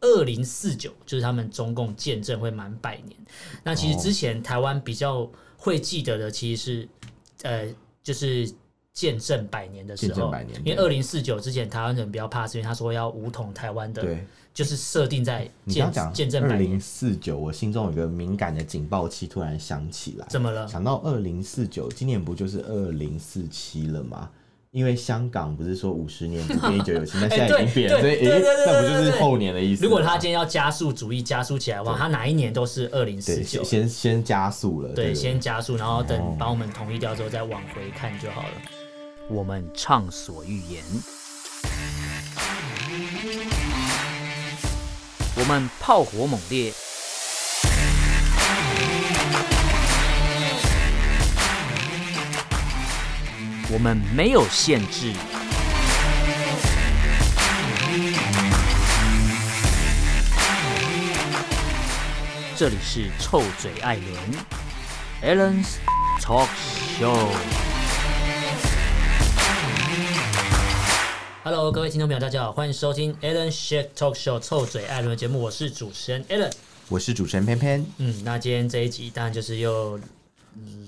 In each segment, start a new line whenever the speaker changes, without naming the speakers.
二零四九就是他们中共建政会满百年。那其实之前台湾比较会记得的，其实是呃，就是建政百年的时
见证
候，
百年，
因为二零四九之前台湾人比较怕，是因为他说要武统台湾的，
对
就是设定在
你刚
建
刚
建
讲
政
二
百年。
零四九，我心中有个敏感的警报器突然响起来，
怎么了？
想到二零四九，今年不就是二零四七了吗？因为香港不是说五十年不变一九 九七，那现在已经变了，
哎对
所
对对对
以诶
对
那不就是
对
后年的意思吗？
如果他今天要加速主义加速起来的话，他哪一年都是二零四
对
九
先。先先加速了，
对，
对，
先加速，然后
哦
等把我们统一掉之后再往回看就好了。我们畅所欲言，我们炮火猛烈，我们没有限制。这里是臭嘴艾伦 a l l e n s Talk Show。Hello，各位听众朋友，大家好，欢迎收听 Alan Shit Talk Show 臭嘴艾伦的节目，我是主持人 Alan。
我是主持人偏偏，
嗯，那今天这一集当然就是又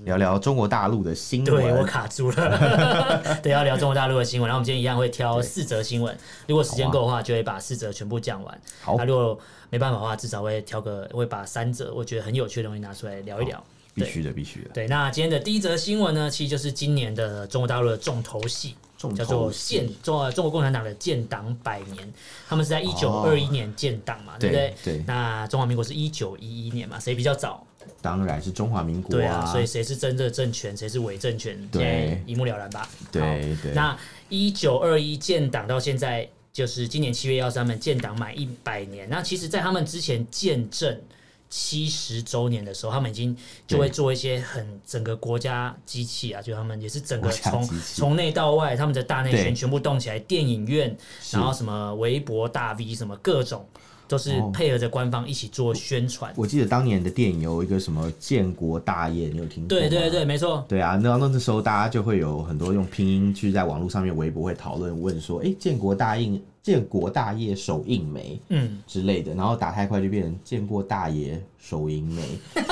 聊聊中国大陆的新闻。
对我卡住 了，对，要聊中国大陆的新闻，然后我们今天一样会挑四则新闻，如果时间够的话，就会把四则全部讲完。
好
那如果没办法的话，至少会挑个会把三则我觉得很有趣的东西拿出来聊一聊。
必须的，必须的。
对，那今天的第一则新闻呢，其实就是今年的中国大陆的重头戏，
重头
叫做
戏
建中呃中国共产党的建党百年，他们是在一九二一年建党嘛，对不
对
对？
对
那中华民国是一九一一年嘛，谁比较早？
当然是中华民国
对啊，所以谁是真的政权，谁是伪政权，
对
现在一目了然吧？
对
好
对
那一九二一建党到现在，就是今年七月要是他们建党满一百年。那其实，在他们之前建政七十周年的时候，他们已经就会
对
做一些很整个国家机器啊，就他们也是整个
国家
从
机器
从内到外，他们的大内
对
宣全部动起来，电影院，
是
然后什么微博大 V 什么各种。都是
哦
配合着官方一起做宣传，
我记得当年的电影有一个什么建国大业，你有听过？
对对。对，没错，
对啊，那那时候大家就会有很多用拼音去在网络上面微博会讨论，问说，哎，建国大印，建国大业首映没
嗯，
之类的，然后打太快就变成建国大爷首映没，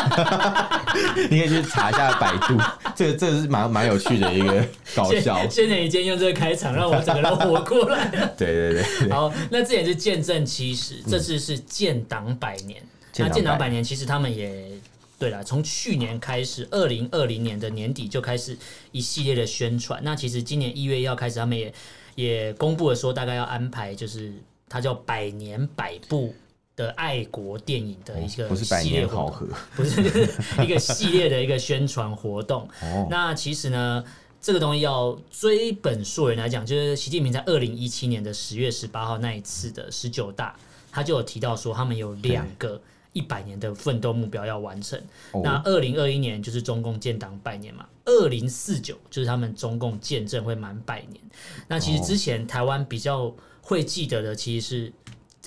你可以去查一下百度， 这个这个是蛮蛮有趣的一个搞
谢
笑，
谢你今天用这个开 场，让我整个人活过来了。
对对对，嗯
好，那之前是见证七十，这次是建党百年。
建
那
党
建党
百
百年，其实他们也对了，从去年开始，二零二零年的年底就开始一系列的宣传。那其实今年一月要开始，他们也也公布了说，大概要安排就是它叫百年百部。的爱国电影的一个
哦不是百
系列
年
活
好
动，
合
不是就是一个系列的一个宣传活动。
哦，
那其实呢，这个东西要追本溯源来讲，就是习近平在二零一七年的十月十八号那一次的十九大，他就有提到说，他们有两个一百年的奋斗目标要完成。
哦
那二零二一年就是中共建党百年嘛，二零四九就是他们中共建政会满百年。那其实
哦
之前台湾比较会记得的，其实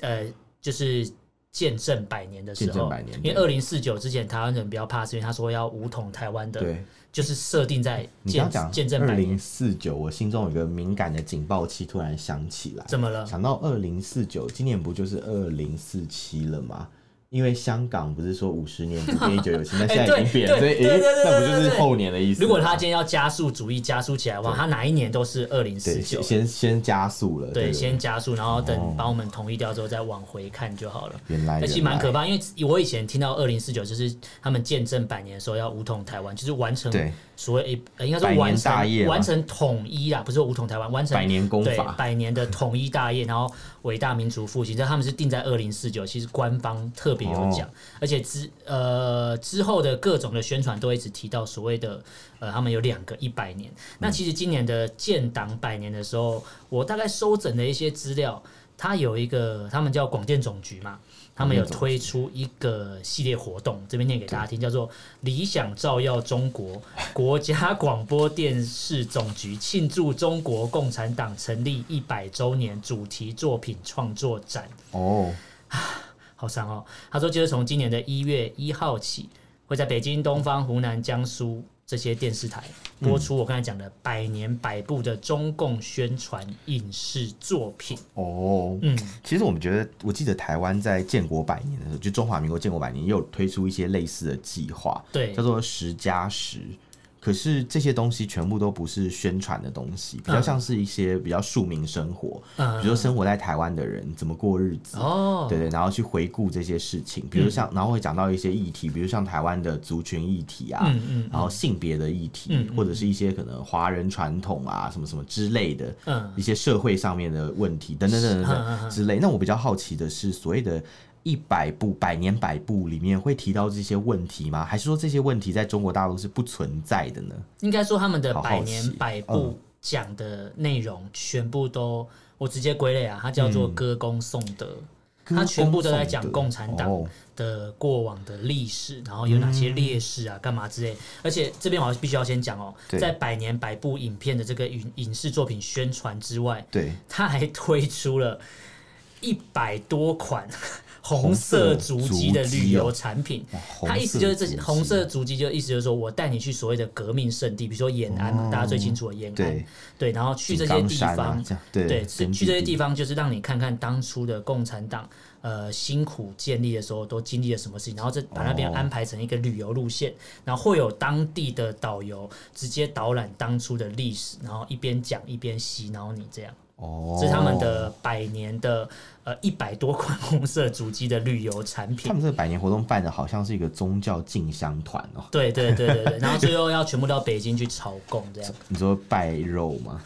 是呃，就是。建政百年的时
见证
候
百年，
因为二零四九之前台湾人比较怕，是因为他说要武统台湾的
对。
就是设定在
你刚
呃见
讲
见证
二
百年，
零四九，我心中有一个敏感的警报器突然响起来，
怎么了？
想到二零四九，今年不就是二零四七了吗？因为香港不是说五十年不变一九九 七，那现在已经变了，所
哎对
以
对对对
诶
对
那不就
对
是
对对
后年的意思吗？
如果他今天要加速主义加速起来的话，他哪一年都是二零四
对
九
先。先先加速了，
对，
不
先加速，然后
哦
等把我们统一掉之后再往回看就好了。
哎原来
那其实蛮可
怕，
怕，因为我以前听到二零四九就是他们见证百年的时候要武统台湾，就是完成
对
所谓呃应该
百
说
年
完
大业
成
嘛
完成统一啦，不是武统台湾，完成
百年功
对
法
百年的统一大业，然后伟大民族复兴，这他们是定在二零四九，其实官方特别有
哦
讲，而且之呃之后的各种的宣传都一直提到所谓的呃他们有两个一百年。
嗯
那其实今年的建党百年的时候，我大概收整了一些资料，它有一个他们叫广电总局嘛。他们有推出一个系列活动，这边念给大家听，叫做“理想照耀中国”，国家广播电视总局庆祝中国共产党成立一百周年主题作品创作展。
哦，
好伤哦。他说，就是从今年的一月一号起，会在北京、东方、湖南、江苏、这些电视台播出我刚才讲的百年百部的中共宣传影视作品。
哦，
嗯，
其实我们觉得，我记得台湾在建国百年的时候，就中华民国建国百年，也有推出一些类似的计划，
对
叫做“十加十”。可是这些东西全部都不是宣传的东西，比较像是一些比较庶民生活，
嗯
比如说生活在台湾的人怎么过日子，
哦，
对对，然后去回顾这些事情，比如像，然后会讲到一些议题，比如像台湾的族群议题啊，
嗯嗯
然后性别的议题，
嗯嗯
或者是一些可能华人传统啊，什么什么之类的，
嗯
一些社会上面的问题等等等等
嗯嗯嗯
等之类。那我比较好奇的是，所谓的一百部、百年百部里面会提到这些问题吗？还是说这些问题在中国大陆是不存在的呢？
应该说他们的
好好
百年
奇
百部
嗯
讲的内容全部都，我直接归类啊，它叫做歌功颂德，它全部都在讲共产党
哦
的过往的历史，然后有哪些烈士啊，干嘛之类。而且这边我必须要先讲哦，
对
在百年百部影片的这个影影视作品宣传之外，
对，
他还推出了一百多款红色足迹哦的旅游产品。
哇
他意思就是这些红。
红
色
足迹啊
足迹，就意思就是说我带你去所谓的革命圣地，比如说延安嘛，
哦
大家最清楚的延安，
对
对然后去这些
井冈
地
山啊
方，
这样对
对，去
根据
这些
地
地方就是让你看看当初的共产党，呃，辛苦建立的时候都经历了什么事情，然后这把那边
哦
安排成一个旅游路线，然后会有当地的导游直接导览当初的历史，然后一边讲一边洗脑你这样。
哦，
这是他们的百年的呃一百多款红色主机的旅游产
他
品。
们这个百年活动办的好像是一个宗教进香团哦。
对对对对对，然后最后要全部到北京去朝贡这样。
你说拜肉 吗？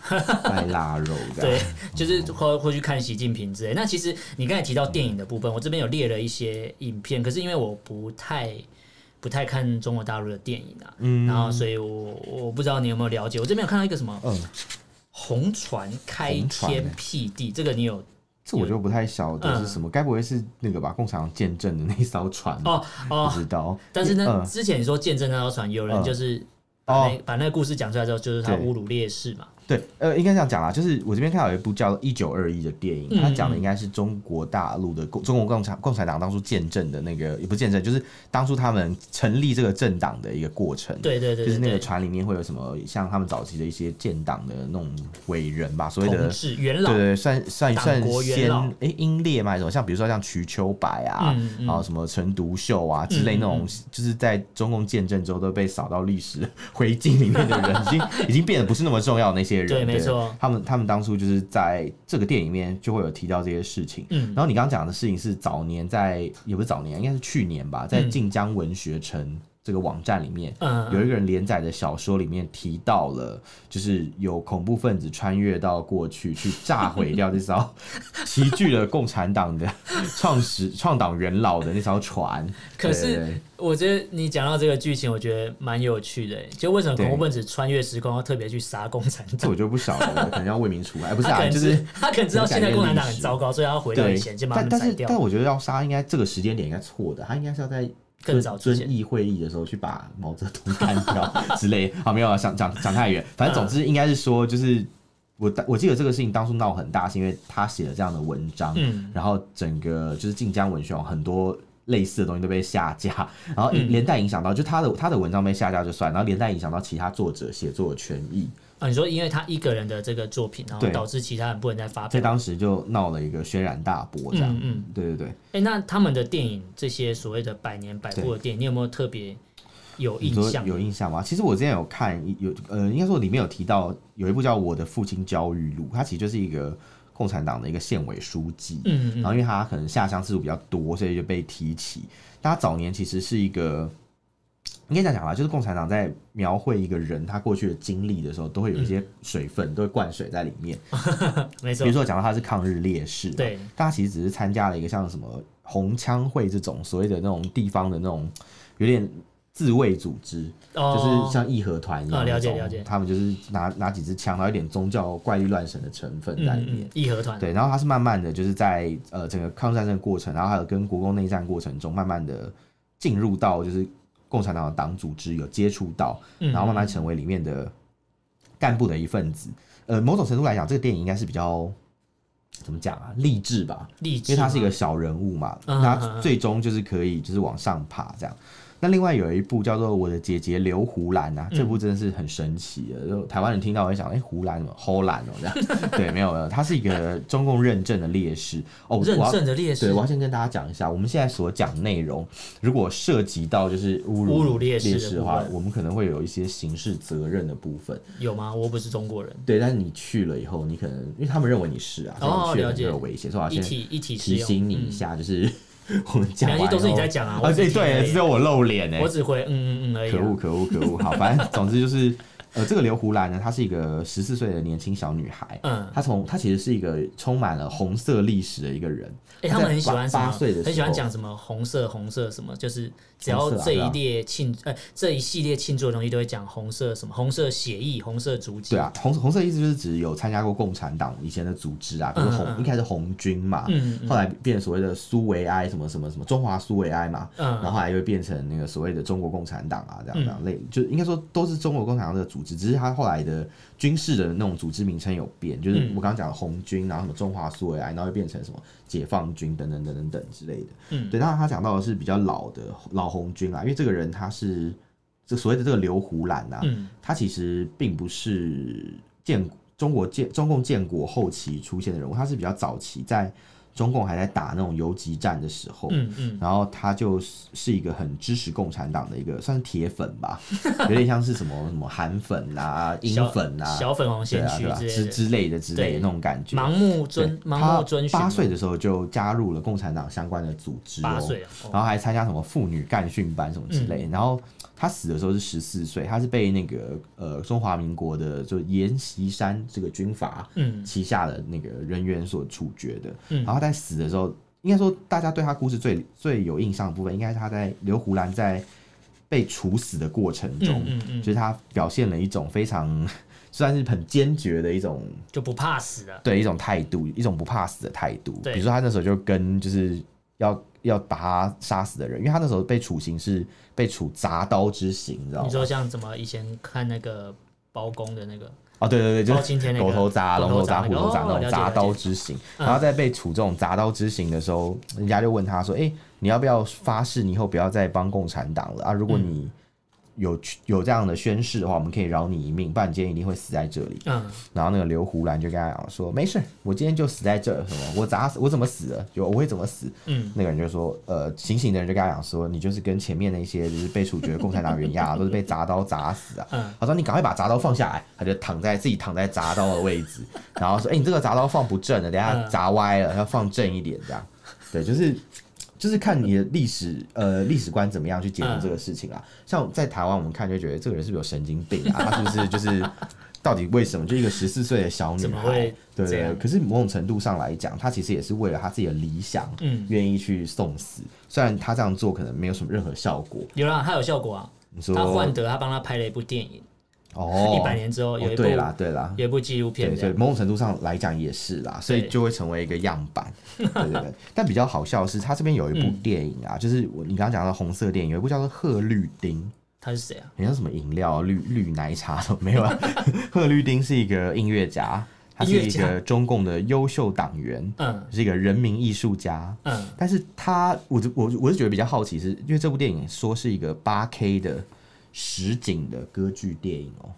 拜腊肉这
对
样。，
就是会会去看习近平之类。那其实你刚才提到电影的部分，我这边有列了一些影片，可是因为我不太不太看中国大陆的电影啊，然后所以我我不知道你有没有了解。我这边有看到一个什么
嗯，
红船开
红船
天
欸
辟地，这个你有
这我就不太晓得是什么，该不会是那个吧？共产党见证的那艘船？
嗯哦
不
哦。
知道。
但是呢，
嗯
之前你说见证那艘船，有人
嗯
就是把那
哦，
把那个故事讲出来之后，就是他
对
侮辱烈士嘛。
对，呃，应该这样讲啦，就是我这边看到有一部叫《一九二一》的电影，
嗯
它讲的应该是中国大陆的共中国共产共产党当初见证的那个，也不是见证，就是当初他们成立这个政党的一个过程。
对对对
就是
对
那个
对，
船里面会有什么像他们早期的一些建党的那种伟人吧，所谓
同
的
志元老
对，对，算算
党
算
国元
先
老
诶英烈嘛，还是什么像比如说像瞿秋白啊，
嗯嗯
然后什么陈独秀啊之类那种，
嗯
就是在中共建政之后都被扫到历史 灰烬里面的人，已经已经变得不是那么重要的那些人。
对没错
他们他们当初就是在这个电影里面就会有提到这些事情。
嗯
然后你刚刚讲的事情是早年在也不是早年，应该是去年吧，在
嗯
晋江文学城这个网站里面，
嗯
有一个人连载的小说里面提到了，就是有恐怖分子穿越到过去去炸毁掉 这艘齐聚了共产党的创始创党元老的那艘船。
可
对
是我觉得你讲到这个剧情，我觉得蛮有趣的欸。就为什么
对
恐怖分子穿越时空要特别去杀共产
这
党？
我就不晓得了，可能要为民除害，不是
他可
啊，
能
就
知
是。
他可能知道现在共产党很糟糕，所以他要回到
对
以前，先，把他们
但但
宰
是但
掉。
我觉得要杀应该这个时间点应该错的，他应该是要在
更早之
遵
前
遵义会议的时候去把毛泽东干掉之类。好，没有啊，想讲讲太远，反正总之应该是说，就是我当我记得这个事情当初闹很大，是因为他写了这样的文章，
嗯
然后整个就是晋江文学网很多。类似的东西都被下架，然后连带影响到，就他的他的文章被下架就算，然后连带影响到其他作者写作的权益，
啊，你说因为他一个人的这个作品，然后
对
导致其他人不能再发
在
表。
当时就闹了一个轩然大波，这样，
嗯嗯
对对对。
哎，那他们的电影这些所谓的百年百部的电影，你有没有特别有
你
印
说
象？
有印象吗？其实我之前有看有呃，应该说里面有提到有一部叫《我的父亲焦裕禄》，他其实就是一个共产党的一个县委书记。
嗯嗯
然后因为他可能下乡次数比较多，所以就被提起。但他早年其实是一个，应该这样讲吧，就是共产党在描绘一个人他过去的经历的时候，都会有一些水分，都会灌水在里面。
嗯，没
比
错
如，说讲到他是抗日烈士嘛，
对
但他其实只是参加了一个像什么红枪会这种所谓的那种地方的那种有点自卫组织，就
哦
是像义和团一样
啊
那
了解
种
了解
他们就是拿拿几支枪，然后一点宗教怪力乱神的成分在里
嗯
面
嗯。义和团，
对，然后他是慢慢的就是在呃整个抗日战争的过程，然后还有跟国共内战过程中，慢慢的进入到就是共产党的党组织有接触到，
嗯
然后慢慢成为里面的干部的一份子。呃，某种程度来讲，这个电影应该是比较怎么讲啊，励志吧，
励志
因为
嘛，
他是一个小人物嘛，
嗯
那
嗯嗯
他最终就是可以就是往上爬这样。那另外有一部叫做《我的姐姐刘胡兰》
嗯
啊，这部真的是很神奇的，就台湾人听到会想，哎、胡兰哦，齁兰哦 这样。对，没有没有，它是一个中共认证的烈士哦。我
认
要
证的烈
对，
士
我，要先跟大家讲一下，我们现在所讲内容，如果涉及到就是侮辱
侮辱烈士的
烈士的
部
话，
分
我们可能会有一些刑事责任的部分。
有吗？我不是中国人，
对，但是你去了以后，你可能因为他们认为你是啊，所以
哦
你去了
了
可能
解
会有危险，所以我
一
要先
体一体适
提
用。
醒你一下，就是我们讲
嗯没
完
关
以后
系，都是你在讲啊，我
啊，
只
对
听而
对，
已
只有我露脸哎、
我只会嗯嗯嗯而已啊。
可恶可恶可恶！好，反正总之就是，呃，这个刘胡兰呢，她是一个十四岁的年轻小女孩，
嗯
她从她其实是一个充满了红色历史的一个人，
哎、他们很喜
她
欢
在
什
八
么？
八岁的时候
很喜欢讲什么红色红色什么，就是只要
红色啊
这
对
一
啊
列庆呃这一系列庆祝的东西都会讲红色什么红色协议、红色足迹。
对啊，红红色意思就是指有参加过共产党以前的组织啊，比如红、
嗯嗯嗯
一开始红军嘛，
嗯嗯
后来变所谓的苏维埃什么什么什么中华苏维埃嘛，然后
嗯，
后来又变成那个所谓的中国共产党啊，这样这样类，就应该说都是中国共产党的组织，只是它后来的军事的那种组织名称有变，就是
嗯
我刚刚讲的红军，然后什么中华苏维埃，然后又变成什么解放军等等等等等之类的。
嗯
对，那他讲到的是比较老的老红军啊，因为这个人他是这所谓的这个刘胡兰啊，
嗯
他其实并不是建中国建中共建国后期出现的人物，他是比较早期在中共还在打那种游击战的时候，
嗯嗯，
然后他就是是一个很支持共产党的一个，算是铁粉 吧，有点像是什么什么韩粉啊、英
小
粉啊，
小粉红
对
先
啊
驱
对啊
之
之
类的，
之类的之类的
对
那种感觉。
盲目遵
对
盲目遵
他
循嘛。
八岁的时候就加入了共产党相关的组织、哦，
八岁啊，嗯哦
然后还参加什么妇女干训班什么之类。然后他死的时候是十四岁，他是被那个呃中华民国的就阎锡山这个军阀
嗯
旗下的那个人员所处决的。
嗯
然后在死的时候，应该说大家对他故事最最有印象的部分，应该是他在刘胡兰在被处死的过程中
嗯，嗯嗯，
就是他表现了一种非常算是很坚决的一种
就不怕死啊了。
对一种态度，一种不怕死的态度。
对
比如说他那时候就跟就是要要把他杀死的人，因为他那时候被处刑是被处铡刀之刑，你知道
你
吗？
说像怎么以前看那个包公的那个
哦，对对对，就
包
是
青天那个
狗头铡、龙头
那
铡、虎
个
头铡
哦了
那种
解了
铡
解
刀之刑，
嗯
然后在被处这种铡刀之刑的时候，人家就问他说：“哎、你要不要发誓你以后不要再帮共产党了啊？如果
嗯
你有有这样的宣誓的话，我们可以饶你一命，不然你今天一定会死在这里。”
嗯
然后那个刘胡兰就跟他讲说：“没事，我今天就死在这儿，什么我咋死我怎么死的，就我会怎么死。”
嗯
那个人就说：“呃，醒醒的人就跟他讲说，你就是跟前面那些就是被处决的共产党员一样啊，都是被铡刀铡死啊。”
嗯，
他说：“你赶快把铡刀放下来。”他就躺在自己躺在铡刀的位置，然后说：“哎、你这个铡刀放不正了，等一下
嗯
铡歪了，要放正一点。”这样，对， 就是就是看你的历史呃历史观怎么样去解读这个事情
嗯
啊。像在台湾，我们看就觉得这个人是不是有神经病啊？他是不是就是到底为什么？就一个十四岁的小女
怎么
孩
会，
对
这
对。
样
可是某种程度上来讲，她其实也是为了她自己的理想，
嗯
愿意去送死。虽然她这样做可能没有什么任何效果。
有啦，他有效果啊。
你说
他换得他帮他拍了一部电影，
哦，
一百年之后有
哦
一部
对啦对啦，
有一部纪录片
对，
这
所以
样，
某种程度上来讲也是啦，所以
对
就会成为一个样板。 对对对。但比较好笑的是，他这边有一
嗯
部电影啊，就是我你刚刚讲到红色电影，有一部叫做《贺绿丁》，
他是谁啊？
很像什么饮料啊绿绿奶茶都没有啊。 贺绿丁是一个音乐家，他是
音乐
一
家
个中共的优秀党员，
嗯
是一个人民艺术家。
嗯
但是他，我就我我是觉得比较好奇是，因为这部电影说是一个八 K 的实景的歌剧电影哦、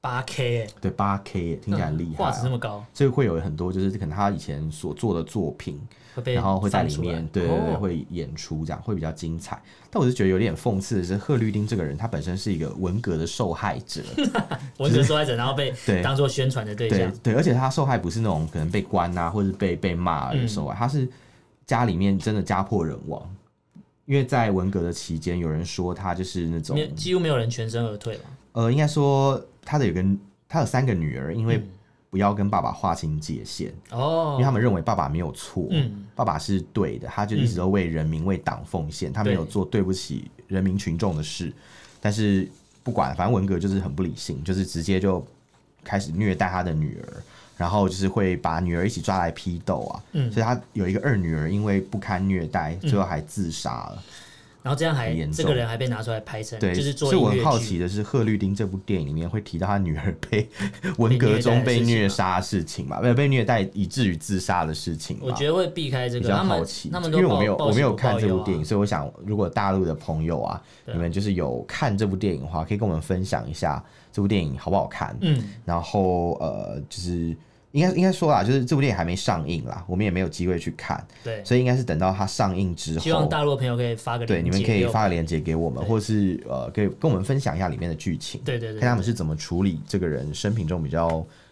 八 K 哎，
对，八 K 听起来很厉害、
画
啊，
质那么高，
所以会有很多就是可能他以前所做的作品，
会被
然后会在里
放出
面
来
对对对
哦
会演出，这样会比较精彩。但我是觉得有点讽刺的是，贺绿汀这个人他本身是一个文革的受害 者，
文革受害者，然后被
对
当做宣传的对
对
象，
对，而且他受害不是那种可能被关啊，或者是被被骂而受害，他是家里面真的家破人亡。因为在文革的期间，有人说他就是那种
没有几乎没有人全身而退了。
呃，应该说他的有个他有三个女儿，因为不要跟爸爸划清界限，因为
嗯哦，
他们认为爸爸没有错，
嗯
爸爸是对的，他就一直都为人民、为党奉献，他没有
对
做对不起人民群众的事。但是不管，反正文革就是很不理性，就是直接就开始虐待他的女儿，然后就是会把女儿一起抓来批斗啊。
嗯
所以他有一个二女儿，因为不堪虐待，最后还自杀了。
然后这样还
很严重
这个人还被拿出来拍成，
对，
就是做
所以
音
我很好
乐剧。
奇的是，贺绿汀这部电影里面会提到他女儿被 文革中被虐杀的事情嘛？被被虐待以至于自杀的事情嘛？
我觉得会避开这
比
个，
较
他
好
们
奇，
他们
因
都
为我
报
没有
报
我没
喜
有
不
看
报
这
忧
部
啊
电影，所以我想，如果大陆的朋友啊，
对
你们就是有看这部电影的话，可以跟我们分享一下这部电影好不好看？
嗯，
然后呃，就是应该应该说啦，就是这部电影还没上映啦，我们也没有机会去看，
对，
所以应该是等到它上映之
希望
后，
大陆的朋友可以发个
对，你
链
们
接
可以
给我
发个链接给我们，
对
或是呃，可以跟我们分享一下里面的剧情，
对对对，
看他们
对
是怎么处理这个人生平中比较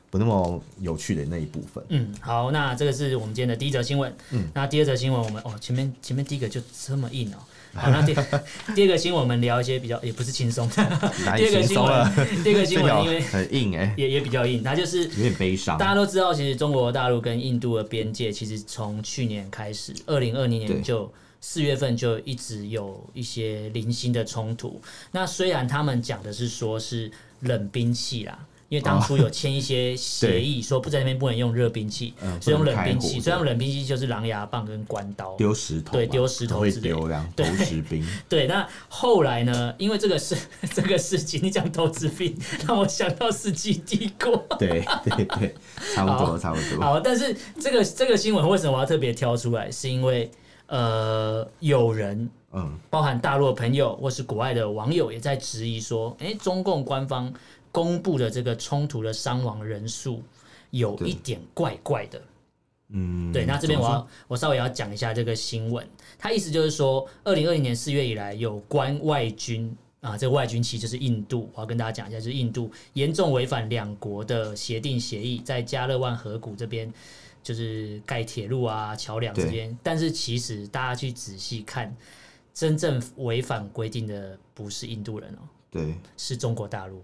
不那么有趣的那一部分。
嗯，好，那这个是我们今天的第一则新闻。嗯，那第二则新闻我们哦，前面前面第一个就这么 硬哦。好，那第第二个新闻我们聊一些比较也不是轻松的。
哪
第
里
二个
轻
新
松了？
闻，第二个
这
新闻
条
因为
很硬哎、
也也比较硬，它就是
有点悲伤
大。家都知道，其实中国大陆跟印度的边界，其实从去年开始，二零二零
对
年就四月份就一直有一些零星的冲突。那虽然他们讲的是说是冷兵器啦。因为当初有签一 些协议，说不在那边不能用热兵器
哦嗯，
是用
不能
冷
开
兵
火
器。
对
所以他们冷兵器就是狼牙棒跟关刀。
丢石头嘛，
对丢石头
很会
之类的
丢这样，投石 兵。
对，那后来呢？因为这个事， 这个事情，你讲投资病，让我想到《世纪帝国》。
对对对，差不多差不多。
好，但是这个这个新闻为什么我要特别挑出来？是因为呃，有人
嗯，
包含大陆的朋友或是国外的网友也在质疑说，诶，中共官方公布的这个冲突的伤亡人数有
对
一点怪怪的。
嗯，
对，那这边我
怎么
要我稍微要讲一下这个新闻，它意思就是说，二零二零年四月以来，有关外军啊，这个外军其实就是印度，我要跟大家讲一下，就是印度严重违反两国的协定协议，在加勒万河谷这边就是盖铁路啊、桥梁之
对
间，但是其实大家去仔细看，真正违反规定的不是印度人哦，
说对
是中国大陆，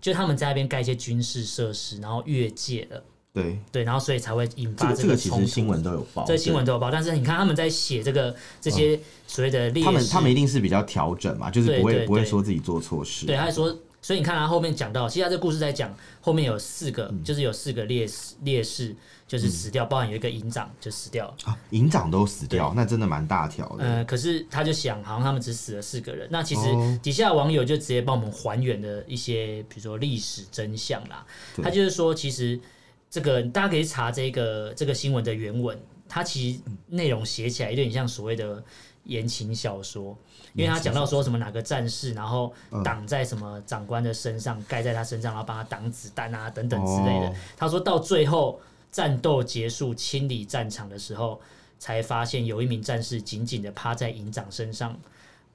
就他们在那边盖一些军事设施，然后越界了，
对，
对，然后所以才会引
这
发
个
这
这
个
个其
冲
实
突。
新闻都有报，
这新闻
哦对嗯
都有报，但是你看他们在写这个这些所谓的烈士，
他们他们一定是比较调整嘛，就是不
对
会
对
不会
对
说自己做错事。
对，他还说，所以你看他后面讲到，其实他这故事在讲后面有四个，
嗯
就是有四个烈士烈士就是死掉，包含有一个营长就死掉了。
啊，营长都死掉，那真的蛮大条的。
呃，可是他就想，好像他们只死了四个人。那其实
哦
底下网友就直接帮我们还原了一些，比如说历史真相啦。
对
他就是说，其实这个大家可以查这个这个新闻的原文，它其实内容写起来有点像所谓的言情小说，因为他讲到说什么哪个战士，然后挡在什么长官的身上，盖在他身上，然后帮他挡子弹啊等等之类的。
哦
他说到最后战斗结束、清理战场的时候，才发现有一名战士紧紧的趴在营长身上，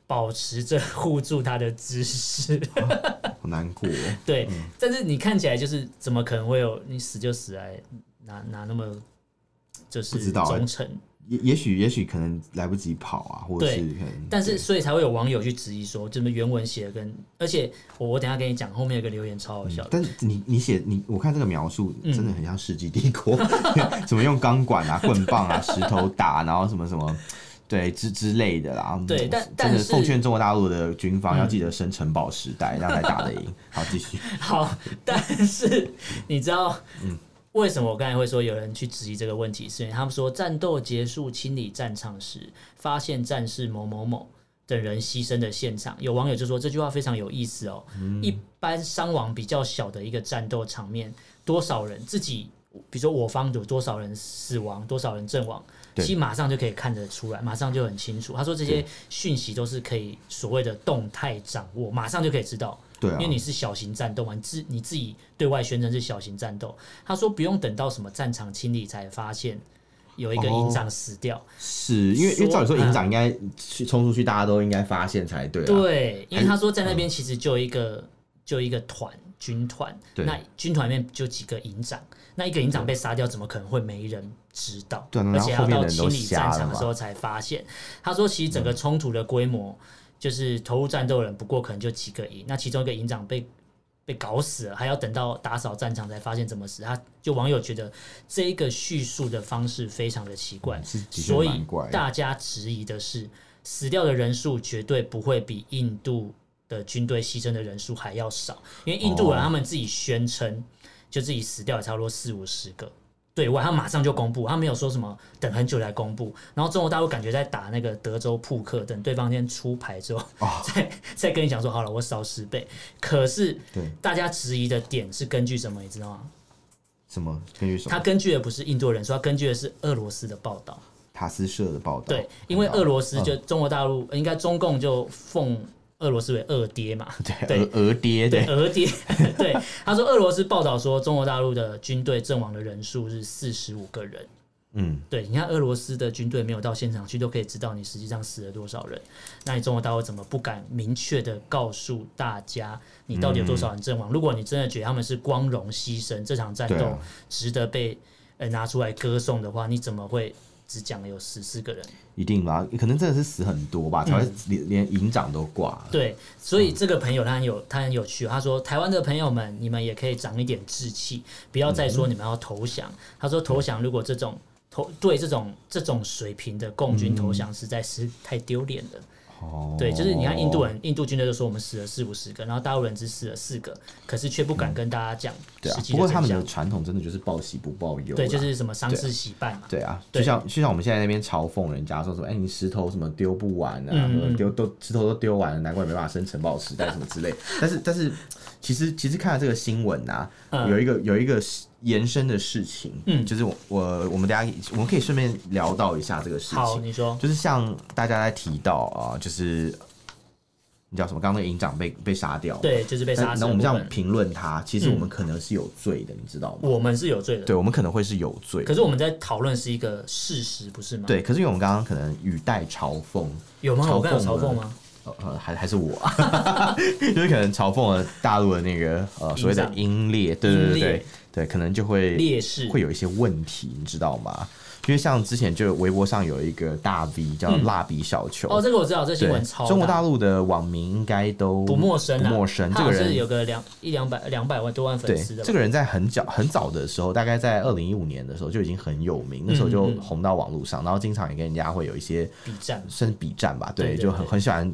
保持着护住他的姿势。
好难过哦，
对，但是你看起来就是怎么可能会有你死就死哎，哪哪那么就
不
是
知道欸
忠诚？
也也许也许可能来不及跑啊，或者
对
是可能。
但是所以才会有网友去质疑说，就是原文写的跟，而且我我等一下跟你讲，后面有个留言超好笑的。嗯
但是你你写你我看这个描述真的很像《世纪帝国》 怎么用钢管啊、棍棒啊、石头打，然后什么什么，对之之类的啦。嗯
对但
真
但
的
是
奉劝中国大陆的军方要记得生城堡时代，这样才打 得赢。好，继续。
好，但是你知道，为什么我刚才会说有人去质疑这个问题？是因为他们说战斗结束清理战场时，发现战士某某某等人牺牲的现场。有网友就说这句话非常有意思哦。一般伤亡比较小的一个战斗场面，多少人自己，比如说我方有多少人死亡，多少人阵亡。
对
其实马上就可以看得出来，马上就很清楚。他说这些讯息都是可以所谓的动态掌握，马上就可以知道。
对啊
因为，你是小型战斗嘛，你自你自己对外宣称是小型战斗。他说不用等到什么战场清理才发现有一个
哦
营长死掉，
是因为因
说
为
嗯
照理说营长应该去冲出去，大家都应该发现才对啊。嗯
对，因为他说在那边其实就有一个、就有一个团军团，
对
那军团里面就几个营长，那一个营长被杀掉，怎么可能会没人知道？
对啊
而且
然后后
要到
面的人都
清理
瞎
战
了
场的
嘛嗯
时候才发现。他说，其实整个冲突的规模就是投入战斗人，不过可能就几个营，那其中一个营长被。被搞死了，还要等到打扫战场才发现怎么死。他就网友觉得这一个叙述的方式非常的奇怪，
是的确
所以
蛮怪的
大家质疑的是，死掉的人数绝对不会比印度的军队牺牲的人数还要少，因为印度人
哦
他们自己宣称，就自己死掉也差不多四五十个，对外，他马上就公布，他没有说什么等很久才公布。然后中国大陆感觉在打那个德州扑克，等对方先出牌之后，再再跟你讲说好了，我少十倍。可是
对
大家质疑的点是 根据什么，你知道吗？
什么根据什
他
么
根据的不是印度人说，他根据的是俄罗斯的报道。
塔斯社的报道？
对，因为
看到
俄罗斯
嗯
就中国大陆应该中共就奉俄罗斯为二爹嘛，对
对俄俄爹
对，
对
俄爹。 对，他说俄罗斯报道说，中国大陆的军队阵亡的人数是四十五个人。
嗯
对，你看俄罗斯的军队没有到现场去，都可以知道你实际上死了多少人。那你中国大陆怎么不敢明确的告诉大家你到底有多少人阵亡？如果你真的觉得他们是光荣牺牲，这场战
对
斗
啊
值得被呃拿出来歌颂的话，你怎么会只讲了有十四个人？
一定吧，可能真的是死很多吧，
嗯
才会连连营长都挂了。
对，所以这个朋友他很有他很有趣，他说台湾的朋友们，你们也可以长一点志气，不要再
嗯
说你们要投降。他说投降如果这种投对这种这种水平的共军投
嗯
降实在是太丢脸了。
哦，
对，啊就是你看印度人，印度军队就说我们死了四五十个，然后大陆人只死了四个，可是却不敢跟大家讲
嗯对啊
实，际
不
的
过他
真
们
相
的。传统真的就是报喜不报忧啦，啊
对，就是什么丧事喜办嘛。
对啊，
对
就像就像我们现在那边嘲讽人家说什么，哎、你石头什么丢不完啊，
嗯
什么丢都石头都丢完了，难怪没办法生城堡时代什么之类。但是但是，其实其实看了这个新闻啊，
嗯
有一个有一个延伸的事情，
嗯
就是我我我们大家我们可以顺便聊到一下这个事
好，
情，
你说，
就是像大家在提到啊，就是你叫什么，刚刚那个营长被被杀掉，，
对，就是被杀
那
死的
那我
部
们这样
分。
评论他，其实我们可能是有罪的，你知道吗？
我们是有罪的，
对，我们可能会是有罪的
可。是我们在讨论是一个事实，不是吗？，
对，可是因为我们刚刚可能语带嘲讽，
有吗？我刚有
嘲
嘲
讽
讽
了
吗？
呃呃，还还是我， 就是可能嘲讽了大陆的那个呃所谓的英烈，对对对
英烈
对对，可能就会
劣势
会有一些问题，你知道吗？因为像之前就微博上有一个大 V 叫蜡笔小球，
嗯哦，这个我知道，这新
对
闻，超
中国大陆的网民应该都
不陌生啊，
不陌生。
他
这个
好像是
人
有个两一两百两百万多万粉
对
丝的吧，
这个人在很早很早的时候，大概在二零一五年的时候就已经很有名，那时候就
嗯嗯
红到网络上，然后经常也跟人家会有一些
比战，
算是比战吧，
对
对，
对
就很
对
很喜欢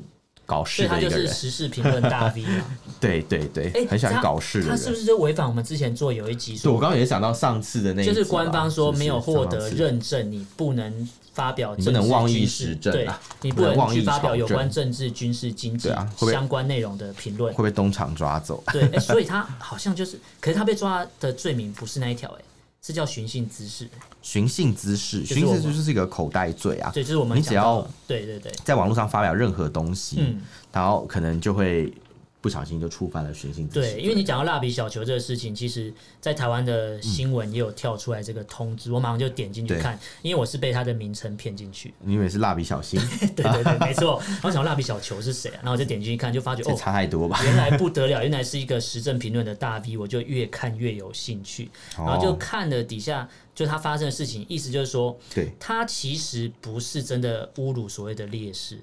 所
搞事
以他
的一
就
个
是
人，
时事评论大 V 嘛。
对对对，
哎，
很喜欢
他
搞事的
他是不
人。
是就违反我们之前做有一集
对，我
说，
刚刚也想到上次的那一
就是
集吧
官方说
是不是
没有获得
上次
认证，你不能发表
你
政治
不能妄
军
议
事
时政啊
对你
不能
能
妄
去
议
发表
朝
有关
政
政治、军事、经济
对啊会被
相关内容的评论
会。不会东厂抓走？
对，哎所以他好像就是，可是他被抓的罪名不是那一条，哎，是叫寻衅滋事。
寻衅滋事，
就是
寻
我
衅
们
滋事是一个口袋罪啊，
对，就是我们
你只
讲到
要
的对对对，
在网络上发表任何东西，
嗯。
然后可能就会不小心就触犯了寻衅滋事。
对，因为你讲到蜡笔小球这个事情，其实在台湾的新闻也有跳出来这个通知，我马上就点进去看，因为我是被它的名称骗进去。
你以为是蜡 笔小新，
对对对，没错。然后想蜡笔小球是谁啊？然后我就点进去看，就发觉
这
哦。
差太多吧？
原来不得了，原来是一个时政评论的大 V，我就越看越有兴趣，然后就
哦
看了底下就他发生的事情，意思就是说，
对，
他其实不是真的侮辱所谓的烈士，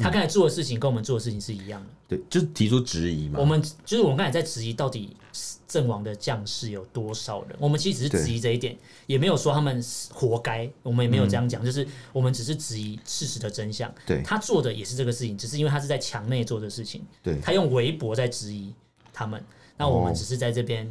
他刚才做的事情跟我们做的事情是一样的。
对，就是提出质疑嘛。
我们就是我们刚才在质疑到底阵亡的将士有多少人，我们其实只是质疑这一点，也没有说他们是活该，我们也没有这样讲，就是我们只是质疑事实的真相。
嗯对
他做的也是这个事情，只是因为他是在墙内做的事情，
对
他用微博在质疑他们，那我们
哦
只是在这边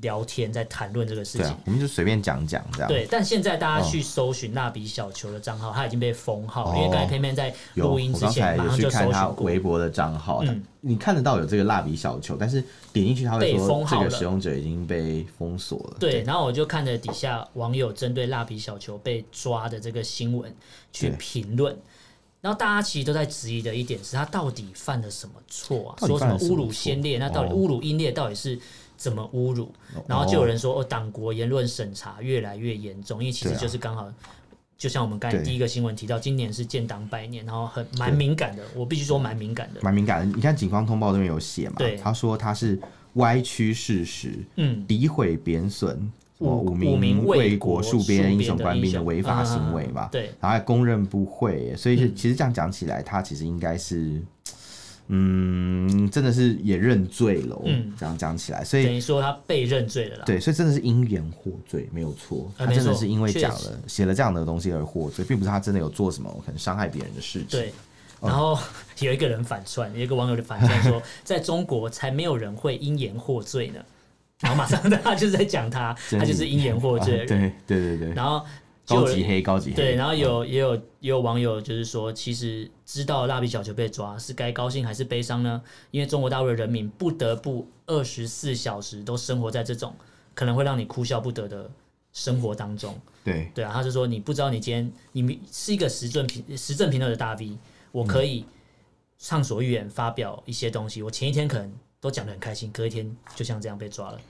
聊天，在谈论这个事
对
情。
啊，我哦们就随便讲讲这样。
对，但现在大家去搜寻蜡笔小球的账号，他已经被封号，因为
哦
刚才偏偏在
有，
录音
我
之
刚才
前马
有
上
去
就
看
搜
他
寻过。
微博的账号，
嗯
你看得到有这个蜡笔小球，但是点进去他会
被
说
封
这
号
个
了
使用者已经被封锁了。
对，然后我就看着底下网友针对蜡笔小球被抓的这个新闻去
对
评论，然后大家其实都在质疑的一点是他到底犯了什么错啊？
到
说
底
什
犯
么
了什么
侮辱先烈？
错
那到底
哦
侮辱英烈到底是怎么侮辱？
哦
然后就有人说哦，党国言论审查越来越严重，因为其实
对啊
就是刚好。就像我们刚才
对
第一个新闻提到，今年是建党百年，然后很蛮敏感的，我必须说蛮敏感的。
蛮敏感的。你看警方通报这边有写嘛
对，
他说他是歪曲事实，
嗯，
诋毁、贬损。什么
五
名
五名
为
为国
戍
戍边
英
的
雄官
英
兵的
雄
违法行为
啊啊啊
嘛
啊？对
然后还公认不讳耶，所以是其实这样讲起来，他其实应该是，嗯，真的是也认罪了。
嗯
这样讲起来，所以
等于说他被认罪了啦。
对，所以真的是因缘获罪，没有错。
呃
他
没
真的
错
是因为
确
讲
实
了写了这样的东西而获罪，并不是他真的有做什么可能伤害别人的事情。
对，
哦
然后 有 一个人反串，有一个网友就反串说，在中国才没有人会因言获罪呢。然后马上大家就是在讲他，
真
他就是因言获
啊
罪
对。对对对，
然后就有
高
人
级黑嗯高级黑，
对，然后有也有也有网友就是说，其实知道蜡笔小球被抓是该高兴还是悲伤呢？因为中国大陆的人民不得不二十四小时都生活在这种可能会让你哭笑不得的生活当中。
对
对啊，他是说你不知道你今天你是一个时政评时政评论的大 V，我可以畅所欲言发表一些东西，我前一天可能都讲得很开心，隔一天就像这样被抓了。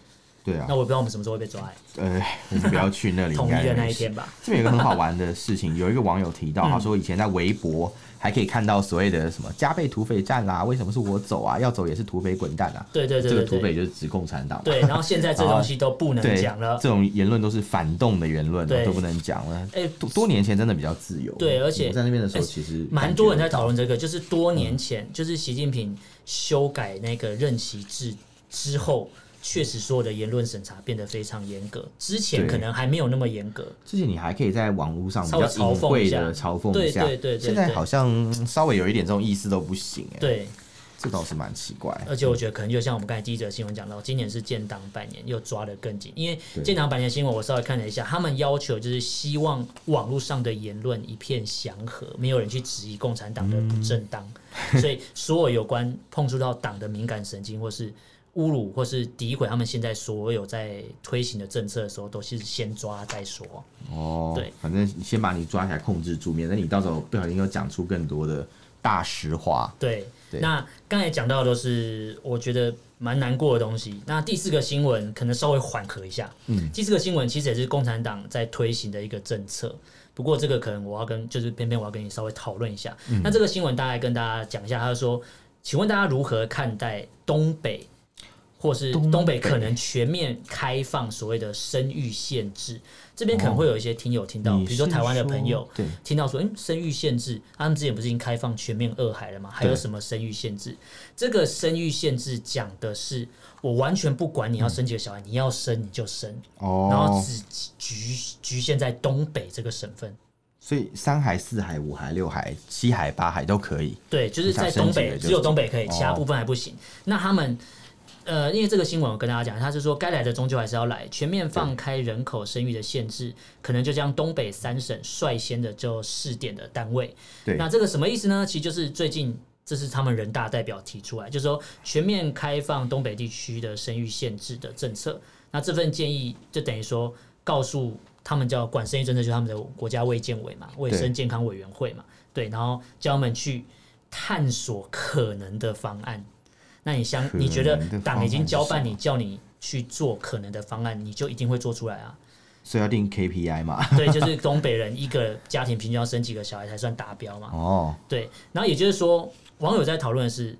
对啊
那，我也不知道我们什么时候会被抓、欸，
呃，我们不要去 那里，
统
应该
一的那
没
一
事
天吧。
这边有一个很好玩的事情，有一个网友提
嗯
到，他说以前在微博还可以看到所谓的什么加倍土匪战啦、为什么是我走啊？要走也是土匪滚蛋啊！
对对对对
这个土
对
匪就是指共产党嘛。
对，然后现在这东西都不能
对
讲了。
这种言论都是反动的言论，啊
对
都不能讲了。
哎
多多年前真的比较自由。
对而且哎
我在那边的时候，其实
蛮多人在讨
论。
论这个，就是多年前，就是习近平修改那个任期制之后，确实所有的言论审查变得非常严格，之前
对
可能还没有那么严格。
之前你还可以在网络上比
稍微
较隐晦的
嘲
嘲
讽
讽
一
一
下
下，
对对对对
现在
对
好像嗯稍微有一点这种意思都不行哎，
对，
这倒是蛮奇怪。
而且我觉得可能就像我们刚才第一则新闻讲到，今年是建党百年，又抓得更紧。因为
对
建党百年新闻，我稍微看了一下，他们要求就是希望网络上的言论一片祥和，没有人去质疑共产党的不正当， 所以所有有关碰触到党的敏感神经或是。侮辱或是诋毁他们现在所有在推行的政策的时候，都是先抓再说。
哦，
对，
反正先把你抓起来控制住，免得你到时候不小心又讲出更多的大实话。
对，
对
那刚才讲到的都是我觉得蛮难过的东西。那第四个新闻可能稍微缓和一下。嗯，第四个新闻其实也是共产党在推行的一个政策。不过这个可能我要跟就是偏偏我要跟你稍微讨论一下。
嗯
那这个新闻大概跟大家讲一下，他就说，请问大家如何看待东北？或是
东北
东北可能全面开放所谓的生育限制，这边可能会有一些听友听到，
哦你
哦比如说
是
台湾的
说
朋友，
对，
听到说，嗯，生育限制，啊他们之前不是已经开放全面二孩了吗？还有什么生育限制？这个生育限制讲的是，我完全不管你要生几个小孩，你要生你就生，然后
哦，
只局局限在东北这个省份。
所以三海、四海、五海、六海、七海、八海都可以。
对，就是在
你想
东
升级
北，
了就
只有东北可以，
哦
其他部分还不行。那他们。呃，因为这个新闻我跟大家讲，他是说该来的终究还是要来，全面放开人口生育的限制，可能就将东北三省率先的就试点的单位。
对
那这个什么意思呢？其实就是最近这是他们人大代表提出来，就是说全面开放东北地区的生育限制的政策。那这份建议就等于说告诉他们叫管生育政策，就是他们的国家卫健委嘛，卫生健康委员会嘛，对，然后叫他们去探索可能的方案。那你相
可能的
你觉得
方案
党已经
是
交
什
办
么
你，叫你去做可能的方案，你就一定会做出来啊？
所以要定 KPI 嘛？
对，就是东北人一个家庭平均要生几个小孩才算达标嘛。
哦，
对，然后也就是说，网友在讨论的是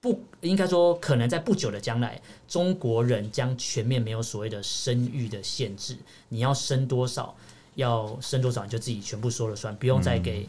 不应该说，可能在不久的将来，中国人将全面没有所谓的生育的限制，你要生多少，要生多少你就自己全部说了算，不用再给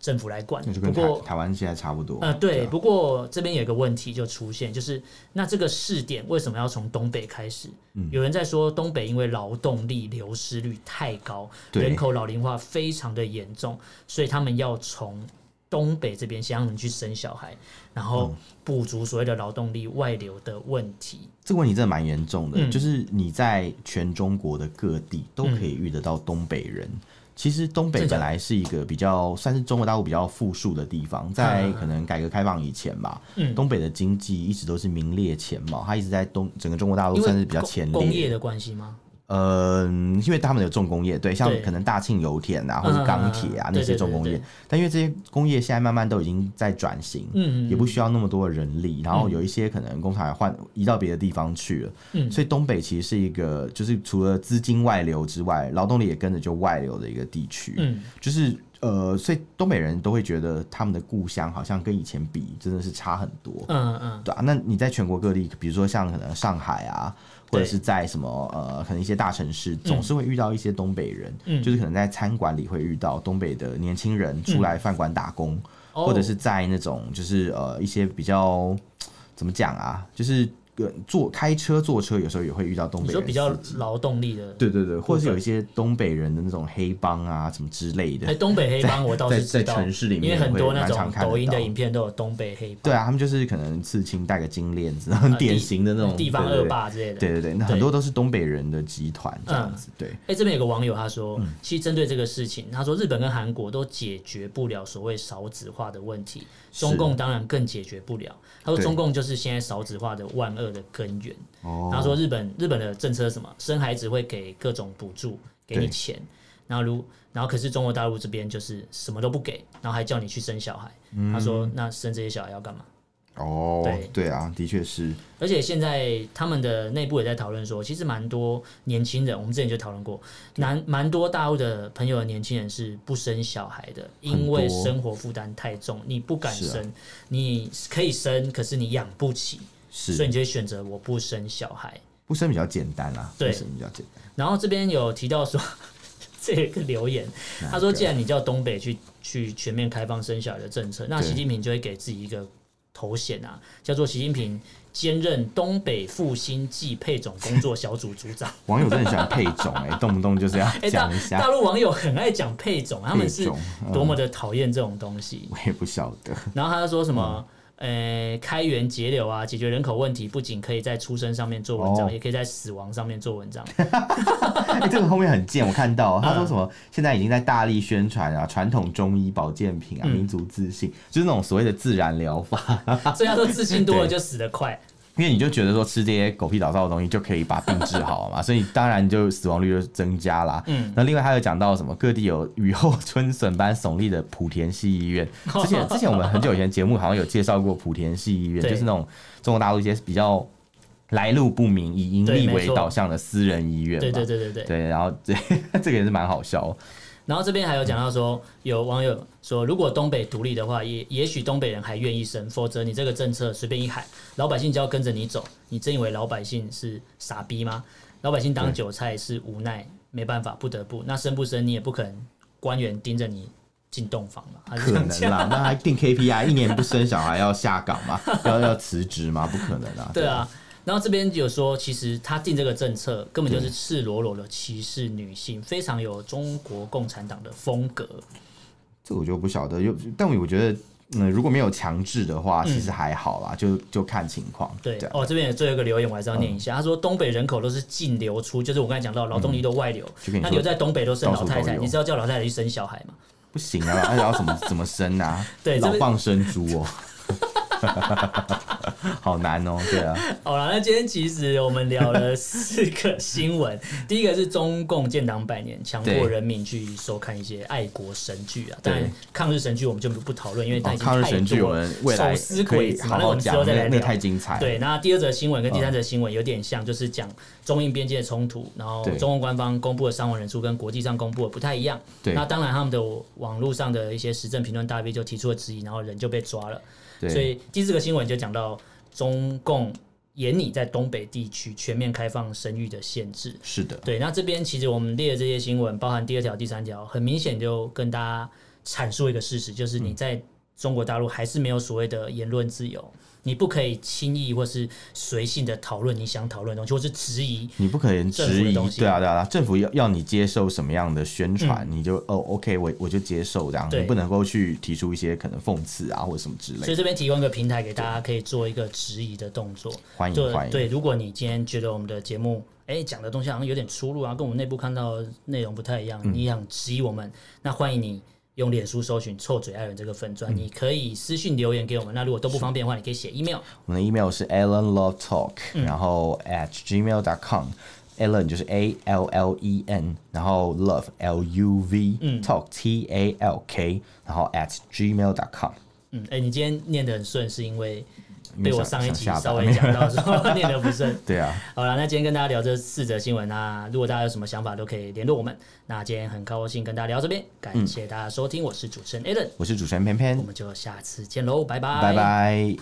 政府来管。
嗯那就
不
跟
过
台台湾现在差不多。
呃，对，
啊
不过这边有一个问题就出现，就是那这个试点为什么要从东北开始？
嗯
有人在说东北因为劳动力流失率太高，
对
人口老龄化非常的严重，所以他们要从东北这边先让人去生小孩，然
嗯
后补足所谓的劳动力外流的问题。
这个问题真的蛮严重的，
嗯
就是你在全中国的各地都可以遇得到东北人。其实东
嗯
北
真的假
本
的
来是一个比较算是中国大陆比较富庶的地方，在可能改革开放以前吧，
啊嗯
东北的经济一直都是名列前茅，它一直在东整个中国大陆
因为
算是比较前列。
工工业的关系吗？
嗯，因为他们有重工业，对，像
对
可能大庆油田啊，或
嗯
者钢铁
嗯
啊
嗯
那些重工
对对
业
对，
但因为这些工业现在慢慢都已经在转型，
嗯嗯
也不需要那么多的人力，然后有一些可能工厂也换移到别的地方去了，
嗯
所以东北其实是一个就是除了资金外流之外，劳动力也跟着就外流的一个地区，
嗯，
就是呃，所以东北人都会觉得他们的故乡好像跟以前比真的是差很多，
嗯嗯，
对啊，那你在全国各地，比如说像可能上海啊，或者
对
是在什么呃，可能一些大城市，总是会遇到一些东北人，
嗯
就是可能在餐馆里会遇到东北的年轻人出来饭馆打工，
哦
或者是在那种就是呃一些比较怎么讲啊，就是。呃坐开车坐车有时候也会遇到东
你
北
说
人
比较
司机
劳动力的，
对对对，或者
部
是
分
有一些东北人的那种黑帮啊什么之类的
哎，，东北黑帮我倒是
在
知道，
在城市里
因
面
为很多那
会蛮
种
常看得
抖音的
到
影片都有东北黑帮，
对啊，他们就是可能刺青戴个金链子，很
呃
典
地
型的那种
地方
对对
恶
对
霸之类的。
嗯对对对，那很多都是东北人的集团这样子，对，
哎、这边有个网友他说，
嗯
其实针对这个事情，他说日本跟韩国都解决不了所谓少子化的问题，
是
中共当然更解决不了。他说
对
中共就是现在少子化的万恶的根源。
哦，
他说日本日本的政策是什么？生孩子会给各种补助，给你
对
钱。然后如然后可是中国大陆这边就是什么都不给，然后还叫你去生小孩。
嗯
他说那生这些小孩要干嘛？
哦，
对
对啊，的确是，
而且现在他们的内部也在讨论说，其实蛮多年轻人，我们之前就讨论过，蛮蛮多大陆的朋友的年轻人是不生小孩的，因为生活负担太重，你不敢
是啊
生，你可以生，可是你养不起，所以
是
你就会选择我不生小孩。
不生比较简单啦，
对
不生比较简单，
然后这边有提到说， 这有一个留言，他说：“既然你叫东北去去全面开放生小孩的政策，那
对
习近平就会给自己一个头衔啊，叫做习近平兼任东北复兴暨配种工作小组组 长。
网友真的很喜欢配种， 哎，动不动就是要
哎，大
讲一
大
下
陆网友很爱讲配种，他
配
们是
种，嗯
多么的讨厌这种东西。
我也不晓得，
然后他就说什么？
嗯
呃，开源节流啊，解决人口问题，不仅可以在出生上面做文章，
哦
也可以在死亡上面做文章。
哎，这个后面很贱，我看到
嗯
他说什么，现在已经在大力宣传啊，传统中医保健品
嗯
啊，民族自信，就是那种所谓的自然疗法，
所以他说自信多了
对
就死得快。
因为你就觉得说吃这些狗屁倒灶的东西就可以把病治好 嘛，所以当然就死亡率就增加啦。嗯，那另外还有讲到什么各地有雨后春笋般耸立的莆田系医 院，之前之前我们很久以前节目好像有介绍过莆田系医院，
对
就是那种中国大陆一些比较来路不明、以盈利
对没
为
错
导向的私人医院嘛。
对对对对对。
对然后这 这个也是蛮好笑哦，
然后这边还有讲到说，有网友说，如果东北独立的话，也也许东北人还愿意生，否则你这个政策随便一喊，老百姓就要跟着你走，你真以为老百姓是傻逼吗？老百姓当韭菜是无奈，没办法，不得不。那生不生，你也不可能官员盯着你进洞房嘛，还
可
是这
能
样讲？
啦，那还定 KPI，一年不生小孩要下岗吗？要要辞职吗？不可能啊！
对啊。然后这边有说，其实他定这个政策根本就是赤裸裸的歧视女性，非常有中国共产党的风格。
这我就不晓得，有但我觉得，嗯，如果没有强制的话，其实还好啦，就就看情况。
嗯对
这，样
哦，这边有最后一个留言，我还是要念一
嗯
下。他说东北人口都是净流出，就是我刚才讲到劳动力都外流，
嗯就跟你
那
说
留在东北都生老太
到处
太，
都有
你知道叫老太太去生小孩吗？
不行啊，而且要怎么怎么生啊？
对这
老
边
蚌生珠哦， 好难哦，对啊，
好了，那今天其实我们聊了四个新闻， 第一个是中共建党百年，强迫
对
人民去收看一些爱国神剧啊，
对
当然抗日神剧我们就不讨论，因为它
哦
已经
抗日神
太
剧
多
我们未来
手撕
可
鬼
以
子嘛，
好
那我
好
们之
讲
后，再来
那
聊
那。太精彩了。
对，那第二则新闻跟第
嗯
三则新闻有点像，就是讲中印边界的冲突，然后
对
中共官方公布的伤亡人数跟国际上公布的不太一样。
对
那当然他们的网络上的一些时政评论大 V 就提出了质疑，然后人就被抓了。所
对，
以第四个新闻就讲到中共严拟在东北地区全面开放生育的限制。
是的，
对，那这边其实我们列的这些新闻，包含第二条、第三条，很明显就跟大家阐述一个事实，就是你在中国大陆还是没有所谓的言论自由，你不可以轻易或是随性的讨论你想讨论的东西，或是质疑。
你不可能
政府
质
的
疑，
东西嗯
对啊，对啊，政府要要你接受什么样的宣传，你就哦，OK，我我就接受这样，
对
你不能够去提出一些可能讽刺啊或者什么之类
所
的
以。这边提供一个平台给大家，可以做一个质疑的动作。
欢迎欢
对对，
迎，
如果你今天觉得我们的节目，哎，讲的东西好像有点出入啊，跟我们内部看到的内容不太一样，你想质疑我们，那欢迎你用脸书搜寻“臭嘴爱人”这个粉砖，你可以私信留言给我们。那如果都不方便的话，你可以写 email。
我们的 email 是 allenlovetalk，、然后 at gmail.com。Allen 就是 A L L E N，然后 love L U V、talk T A L K，然后 at gmail.com。
嗯，哎，你今天念得很顺，是因为被
因为
我
想
上一
想
集
下班
稍微讲到说念得不顺。
对啊，
好了，那今天跟大家聊这四则新闻那如果大家有什么想法，都可以联络我们。那今天很高兴跟大家聊这边，感谢大家收听，我是主持人 Alan，
我是主持人偏偏
我，们就下次见喽，拜拜，
拜拜。